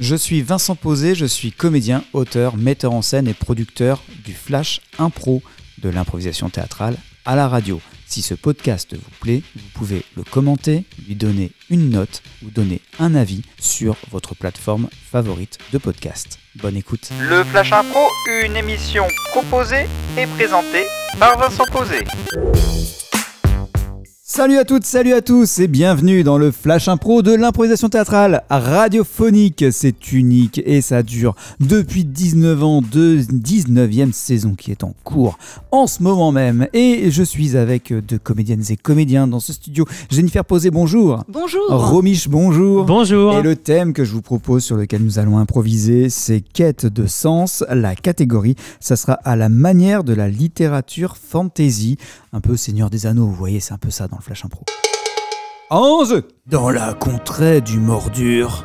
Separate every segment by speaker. Speaker 1: Je suis Vincent Posé, je suis comédien, auteur, metteur en scène et producteur du Flash Impro, de l'improvisation théâtrale à la radio. Si ce podcast vous plaît, vous pouvez le commenter, lui donner une note ou donner un avis sur votre plateforme favorite de podcast. Bonne écoute.
Speaker 2: Le Flash Impro, une émission proposée et présentée par Vincent Posé.
Speaker 1: Salut à toutes, salut à tous et bienvenue dans le Flash Impro de l'improvisation théâtrale radiophonique. C'est unique et ça dure depuis 19 ans, de 19e saison qui est en cours en ce moment même. Et je suis avec deux comédiennes et comédiens dans ce studio. Jennifer Posé, bonjour.
Speaker 3: Bonjour.
Speaker 1: Romiche, bonjour.
Speaker 4: Bonjour.
Speaker 1: Et le thème que je vous propose sur lequel nous allons improviser, c'est quête de sens. La catégorie, ça sera à la manière de la littérature fantasy, un peu Seigneur des Anneaux, vous voyez, c'est un peu ça dans le Flash Impro. 11 Dans la contrée du Mordur,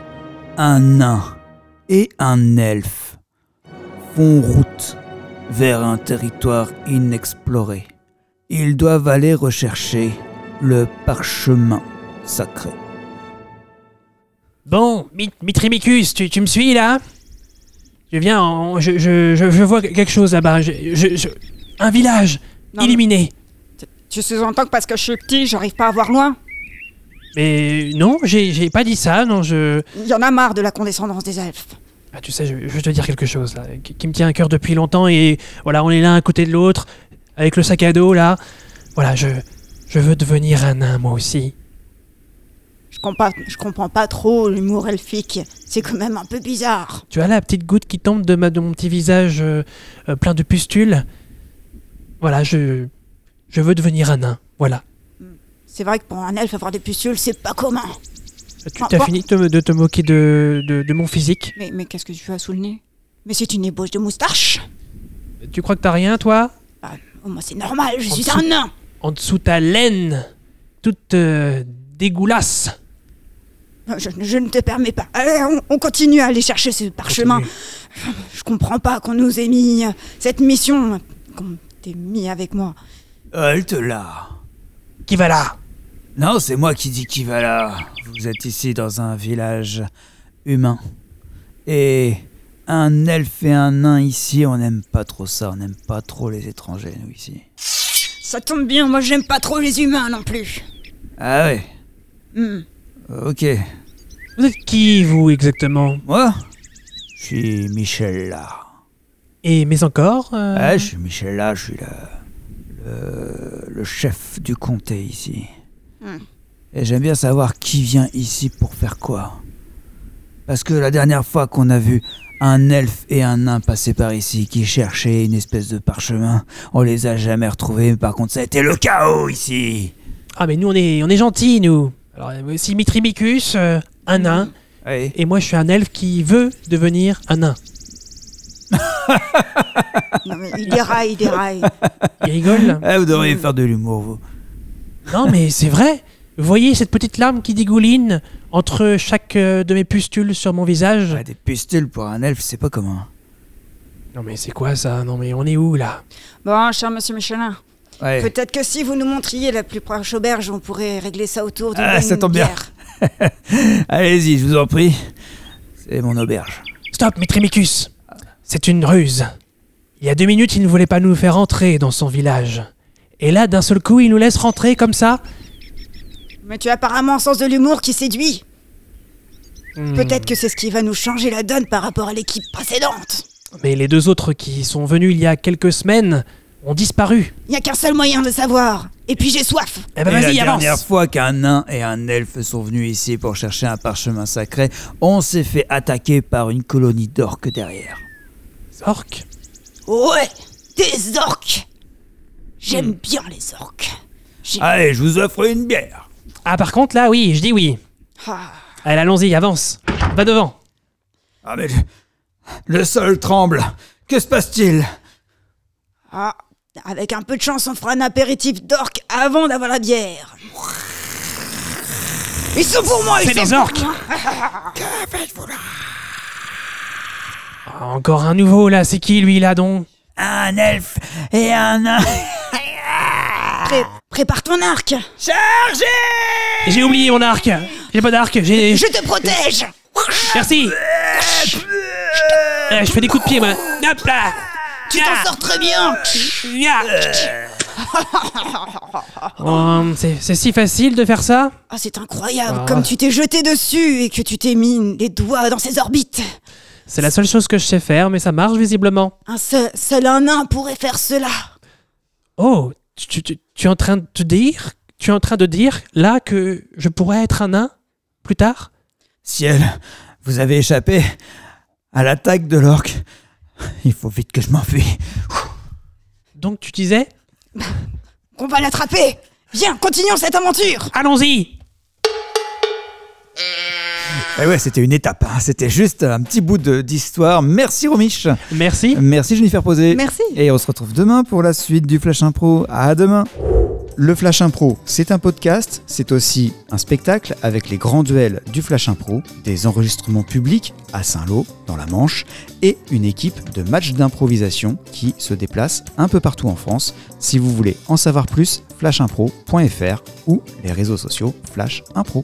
Speaker 1: un nain et un elfe font route vers un territoire inexploré. Ils doivent aller rechercher le parchemin sacré.
Speaker 4: Bon, Mi- Mitrimicus, tu, tu me suis là Je viens, en- je, je, je, je vois quelque chose là-bas. Je- je- je- un village
Speaker 3: Non,
Speaker 4: illuminé.
Speaker 3: Tu sous-entends que parce que je suis petit, j'arrive pas à voir loin
Speaker 4: Mais non, j'ai j'ai pas dit ça, non, je.
Speaker 3: Il y en a marre de la condescendance des elfes.
Speaker 4: Ah, tu sais, je, je vais te dire quelque chose là, qui, qui me tient à cœur depuis longtemps et voilà, on est l'un à côté de l'autre, avec le sac à dos là. Voilà, je, je veux devenir un nain moi aussi.
Speaker 3: Je comprends, je comprends pas trop l'humour elfique. C'est quand même un peu bizarre.
Speaker 4: Tu as la petite goutte qui tombe de, ma, de mon petit visage euh, euh, plein de pustules. Voilà, je, je veux devenir un nain. Voilà.
Speaker 3: C'est vrai que pour un elfe avoir des pustules, c'est pas commun.
Speaker 4: Tu
Speaker 3: Ah,
Speaker 4: t'as
Speaker 3: bon.
Speaker 4: fini de te, de te moquer de, de, de mon physique
Speaker 3: Mais, mais qu'est-ce que tu as sous le nez Mais c'est une ébauche de moustache
Speaker 4: Tu crois que t'as rien, toi
Speaker 3: Au moins c'est normal, je
Speaker 4: En
Speaker 3: suis
Speaker 4: dessous.
Speaker 3: un nain
Speaker 4: En dessous de ta laine, toute euh, dégoulasse.
Speaker 3: je, je ne te permets pas. Allez, on, on continue à aller chercher ce parchemin.
Speaker 4: Continue.
Speaker 3: Je comprends pas qu'on nous ait mis euh, cette mission, qu'on t'ait mis avec moi.
Speaker 1: Halte là
Speaker 4: Qui va là
Speaker 1: Non, c'est moi qui dis qui va là. Vous êtes ici dans un village humain. Et un elfe et un nain ici, on n'aime pas trop ça. On n'aime pas trop les étrangers, nous, ici.
Speaker 3: Ça tombe bien, moi j'aime pas trop les humains non plus.
Speaker 1: Ah ouais,
Speaker 3: Hmm.
Speaker 1: ok.
Speaker 4: Vous êtes Euh, qui, vous, exactement
Speaker 1: Moi Je suis Michel là.
Speaker 4: Et mais encore euh,
Speaker 1: Ouais, Eh, je suis Michel là, je suis le, le, le chef du comté ici.
Speaker 3: Hmm.
Speaker 1: Et j'aime bien savoir qui vient ici pour faire quoi. Parce que la dernière fois qu'on a vu un elfe et un nain passer par ici qui cherchaient une espèce de parchemin, on les a jamais retrouvés, mais par contre ça a été le chaos ici.
Speaker 4: Ah, mais nous, on est, on est gentils, nous. Alors, euh, voici Mitrimicus, euh, un nain,
Speaker 1: Oui.
Speaker 4: et moi, je suis un elfe qui veut devenir un nain.
Speaker 3: Non, mais il déraille, il déraille.
Speaker 4: Il rigole là
Speaker 1: Eh, vous devriez faire de l'humour, vous.
Speaker 4: Non, mais c'est vrai Vous voyez cette petite larme qui dégouline entre chaque euh, de mes pustules sur mon visage
Speaker 1: Ouais, des pustules pour un elfe, c'est pas commun.
Speaker 4: Non, mais c'est quoi ça Non, mais on est où, là
Speaker 3: Bon, cher monsieur Michelin,
Speaker 4: Eh.
Speaker 1: Ouais.
Speaker 3: peut-être que si vous nous montriez la plus proche auberge, on pourrait régler ça autour d'une
Speaker 1: Ah,
Speaker 3: bonne
Speaker 1: ça tombe bien.
Speaker 3: bière.
Speaker 1: Allez-y, je vous en prie. C'est mon auberge.
Speaker 4: Stop, Mitrimicus C'est une ruse. Il y a deux minutes, il ne voulait pas nous faire entrer dans son village. Et là, d'un seul coup, il nous laisse rentrer comme ça
Speaker 3: Mais tu as apparemment un sens de l'humour qui séduit.
Speaker 4: Hmm.
Speaker 3: Peut-être que c'est ce qui va nous changer la donne par rapport à l'équipe précédente.
Speaker 4: Mais les deux autres qui sont venus il y a quelques semaines ont disparu.
Speaker 3: Il n'y a qu'un seul moyen de savoir. Et puis j'ai soif.
Speaker 4: Eh ben
Speaker 1: Et
Speaker 4: vas-y,
Speaker 1: la
Speaker 4: avance
Speaker 1: dernière fois qu'un nain et un elfe sont venus ici pour chercher un parchemin sacré, on s'est fait attaquer par une colonie d'orques derrière.
Speaker 4: Orc
Speaker 3: Ouais, des orques. J'aime
Speaker 4: Hmm.
Speaker 3: bien les orques.
Speaker 1: Allez, je vous offre une bière.
Speaker 4: Ah, par contre, là, oui, je dis oui.
Speaker 3: Ah,
Speaker 4: Allez, allons-y, avance Va devant
Speaker 1: Ah mais le, le sol tremble. Que se passe-t-il
Speaker 3: ah, avec un peu de chance, on fera un apéritif d'orques avant d'avoir la bière. Ils sont pour moi, ils
Speaker 4: C'est
Speaker 3: sont
Speaker 4: des
Speaker 3: pour
Speaker 4: orques
Speaker 3: moi.
Speaker 4: Ah, Encore un nouveau, là, c'est qui, lui, là, donc
Speaker 1: Un elfe et un nain.
Speaker 3: Pré- prépare ton arc
Speaker 4: J'ai oublié mon arc J'ai pas d'arc, j'ai...
Speaker 3: Je te protège
Speaker 4: Merci Ah, je fais des coups de pied, moi. Hop là
Speaker 3: Tu t'en sors très bien
Speaker 4: Nya Oh, c'est c'est si facile de faire ça
Speaker 3: Ah, c'est incroyable
Speaker 4: Ah.
Speaker 3: Comme tu t'es jeté dessus et que tu t'es mis les doigts dans ses orbites
Speaker 4: C'est la seule chose que je sais faire, mais ça marche visiblement.
Speaker 3: Un seul, seul un nain pourrait faire cela
Speaker 4: Oh, tu, tu- tu- tu es en train de te dire Tu es en train de dire, là, que je pourrais être un nain Plus tard
Speaker 1: Ciel, vous avez échappé à l'attaque de l'orque. Il faut vite que je m'enfuis.
Speaker 4: Donc tu disais
Speaker 3: Qu'on va l'attraper Viens, continuons cette aventure
Speaker 4: Allons-y
Speaker 1: Eh ouais, c'était une étape, hein. c'était juste un petit bout de- d'histoire. Merci Romiche.
Speaker 4: Merci
Speaker 1: Merci Jennifer Posé.
Speaker 3: Merci.
Speaker 1: Et on se retrouve demain pour la suite du Flash Impro. À demain. Le Flash Impro, c'est un podcast, c'est aussi un spectacle avec les grands duels du Flash Impro, des enregistrements publics à Saint-Lô, dans la Manche, et une équipe de matchs d'improvisation qui se déplace un peu partout en France. Si vous voulez en savoir plus, flashimpro.fr ou les réseaux sociaux Flash Impro.